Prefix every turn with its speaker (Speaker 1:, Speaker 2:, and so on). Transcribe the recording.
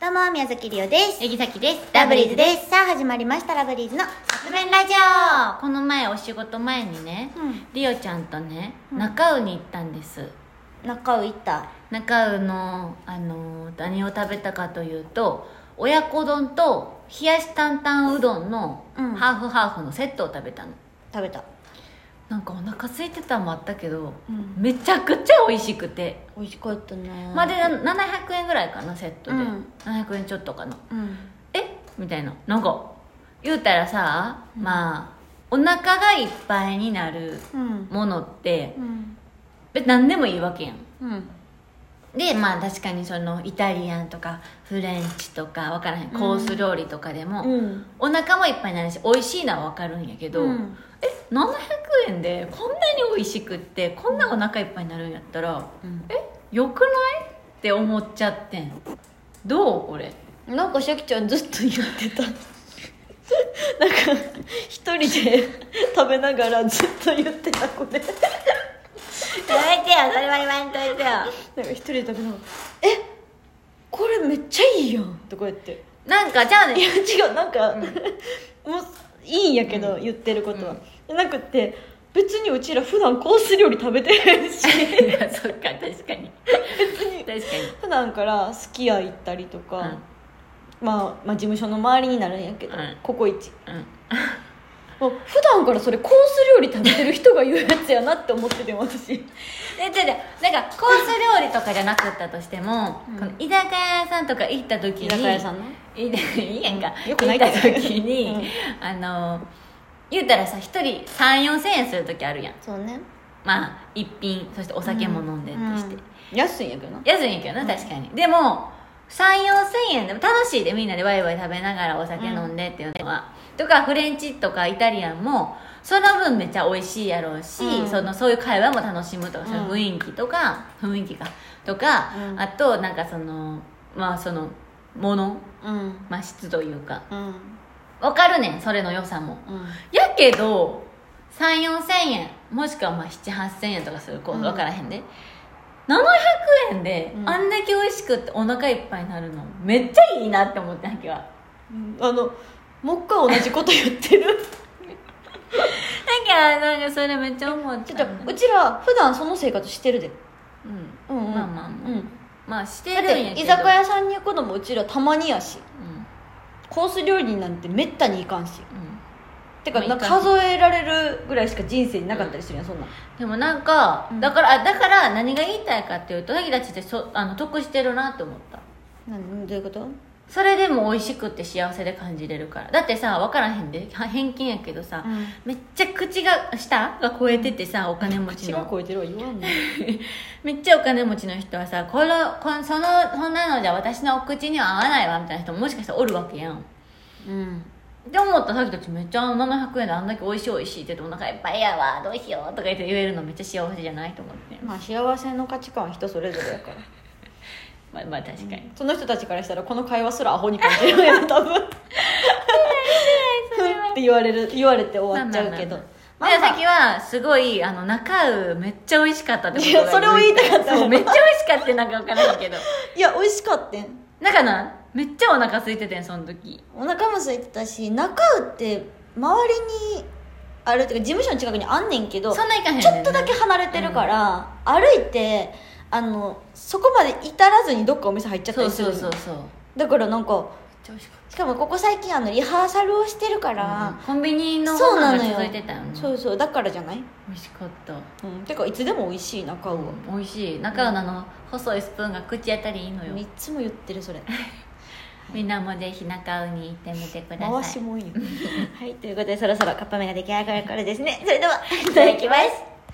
Speaker 1: どうも、宮崎りおです。
Speaker 2: えぎさきです
Speaker 1: ラブリーズです。さあ、始まりました、ラブリーズのサプメンラジオ。
Speaker 2: この前お仕事前にね、
Speaker 1: うん
Speaker 2: りおちゃんとね
Speaker 1: うん
Speaker 2: 中尾に行ったんです
Speaker 1: 中尾いった。
Speaker 2: 中尾の、あのー何を食べたかというと親子丼と冷やし担々うどんの
Speaker 1: うん
Speaker 2: ハーフハーフのセットを食べたの、
Speaker 1: 食べた。
Speaker 2: なんかお腹空いてたのもあったけど、
Speaker 1: うん
Speaker 2: めちゃくちゃ美味しくて、
Speaker 1: 美味しかったね。
Speaker 2: まあでな700円ぐらいかなセットで、
Speaker 1: うん
Speaker 2: 700円ちょっとかな
Speaker 1: うん。
Speaker 2: えみたいななんか言うたらさ、
Speaker 1: うん
Speaker 2: まあお腹がいっぱいになる
Speaker 1: うん。
Speaker 2: ものって
Speaker 1: うん。
Speaker 2: 別に何でもいいわけやん
Speaker 1: うん。
Speaker 2: でまあ確かにそのイタリアンとかフレンチとかわからへ
Speaker 1: う
Speaker 2: ん
Speaker 1: ん
Speaker 2: コース料理とかでも、
Speaker 1: うん。
Speaker 2: お腹もいっぱいになるし美味しいのはわかるんやけど、
Speaker 1: うん
Speaker 2: え700円でこんなに美味しくってこんなお腹いっぱいになるんやったらえよくないって思っちゃってんどうこれ
Speaker 1: なんか、シャキちゃんずっと言ってた。 なんか、一人で食べながらずっと言ってた、これ。
Speaker 2: やめてよそれは言わんといてよ
Speaker 1: なんか一人で食べながら、えこれめっちゃいいやんとか言って。
Speaker 2: なんかじゃあね
Speaker 1: いや違うなんか、もういいんやけど、
Speaker 2: う
Speaker 1: 言ってることは、なくて別にうちら普段コース料理食べてへんし
Speaker 2: いや そっか確かに
Speaker 1: 別に
Speaker 2: 確かに
Speaker 1: 普段からすき家行ったりとか、
Speaker 2: うん
Speaker 1: まあ、まあ事務所の周りになるんやけど、
Speaker 2: うん
Speaker 1: ココイチ
Speaker 2: うん
Speaker 1: もう普段からそれコース料理食べてる人が言うやつやなって思ってて 私
Speaker 2: でででなんかコース料理とかじゃなかったとしても、
Speaker 1: うん
Speaker 2: この居酒屋さんとか行った時に
Speaker 1: 居酒屋さんの
Speaker 2: いいいやんか
Speaker 1: よくないけど
Speaker 2: 行った時に、
Speaker 1: う
Speaker 2: あの言うたらさ1人3 4千円する時あるやん
Speaker 1: そうね
Speaker 2: まあ一品そしてお酒も飲んでってして、
Speaker 1: うん安いんやけどな
Speaker 2: 安いんやけどな確かに、でも3 4千円でも楽しいでみんなでワイワイ食べながらお酒飲んでっていうのは、とかフレンチとかイタリアンもその分めっちゃ美味しいやろうし、
Speaker 1: うん
Speaker 2: そのそういう会話も楽しむとか、その
Speaker 1: うん
Speaker 2: 雰囲気とか雰囲気かとか、
Speaker 1: うん
Speaker 2: あとなんかそのまあそのもの、
Speaker 1: うん
Speaker 2: まあ、質というか
Speaker 1: うん
Speaker 2: わかるねんそれの良さも
Speaker 1: うん
Speaker 2: やけど3 4千円もしくはまあ7 8千円とかするコー
Speaker 1: うん
Speaker 2: ス分からへんで、700円で
Speaker 1: うん
Speaker 2: あんだけ美味しくってお腹いっぱいになるのめっちゃいいなって思ったわけは
Speaker 1: あのもう一回同じこと言って る
Speaker 2: だからなんかそれめっちゃ思っ
Speaker 1: ち
Speaker 2: ち
Speaker 1: ょ
Speaker 2: ゃ
Speaker 1: っとうちら普段その生活してるで
Speaker 2: うん
Speaker 1: うんうん
Speaker 2: まあまあまあ
Speaker 1: うん、
Speaker 2: まあして
Speaker 1: だっ
Speaker 2: るんや
Speaker 1: て
Speaker 2: けど
Speaker 1: 居酒屋さんに行くのもうちらたまにやし
Speaker 2: うん
Speaker 1: コース料理なんてめったにいかんし
Speaker 2: うん
Speaker 1: てか
Speaker 2: まあ
Speaker 1: なんか
Speaker 2: いかん
Speaker 1: 数えられるぐらいしか人生になかったりするやんそんなん
Speaker 2: でもなんか、
Speaker 1: うん
Speaker 2: だからあだから何が言いたいかっていうと滝たちってそあの得してるなって思った
Speaker 1: なんどういうこと
Speaker 2: それでも美味しくって幸せで感じれるからだってさ分からへんでは偏見やけどさ、
Speaker 1: うん
Speaker 2: めっちゃ口が舌が超えててさお金持ち
Speaker 1: 違う
Speaker 2: の
Speaker 1: 超えてるわ言わんね
Speaker 2: めっちゃお金持ちの人はさこのこのそのそんなのじゃ私のお口には合わないわみたいな人ももしかしたらおるわけやん
Speaker 1: うん
Speaker 2: って思ったさっきたちめっちゃ700円であんだけ美味しい美味しいって言ってお腹いっぱいやわどうしようとか言って言えるのめっちゃ幸せじゃないと思って
Speaker 1: まあ幸せの価値観は人それぞれやから
Speaker 2: まあまあ確かに、
Speaker 1: その人たちからしたらこの会話すらアホに感じる やん多分ふん って言われる言われて終わっちゃうけど
Speaker 2: まあまあまあ、でさっきはすごいあの中うめっちゃ美味しかったってこと
Speaker 1: いやそれを言いたかった
Speaker 2: そうめっちゃ美味しかったってなんか分からんけど
Speaker 1: いや美味しかったん
Speaker 2: だからめっちゃお腹空いててんその時
Speaker 1: お腹も空いてたし中尾って周りにあるっていうか事務所の近くにあんねんけどち
Speaker 2: そ
Speaker 1: ょ
Speaker 2: んな行かへんねんな
Speaker 1: っとだけ離れてるから、歩いてあのそこまで至らずにどっかお店入っちゃった
Speaker 2: そう
Speaker 1: りす
Speaker 2: そ
Speaker 1: る
Speaker 2: うそうそうめっ
Speaker 1: だからなんか
Speaker 2: ちゃ美味しかっ
Speaker 1: しかもここ最近あのリハーサルをしてるか
Speaker 2: た、うん
Speaker 1: ら、
Speaker 2: コンビニの
Speaker 1: そう
Speaker 2: ご
Speaker 1: な
Speaker 2: 飯
Speaker 1: の
Speaker 2: が
Speaker 1: よ
Speaker 2: 続いてたよね
Speaker 1: そうそうだからじゃない、
Speaker 2: 美味しかった
Speaker 1: うん、てかいつでも美味しい中尾は、
Speaker 2: 美味しい中うのあの細いスプーンが口当たりいいのよ
Speaker 1: いつも言ってるそれ
Speaker 2: みんなもぜひ中うに行ってみてください
Speaker 1: 回しもいいよはいということでそろそろカップ麺が出来上がるからですねそれではいただきます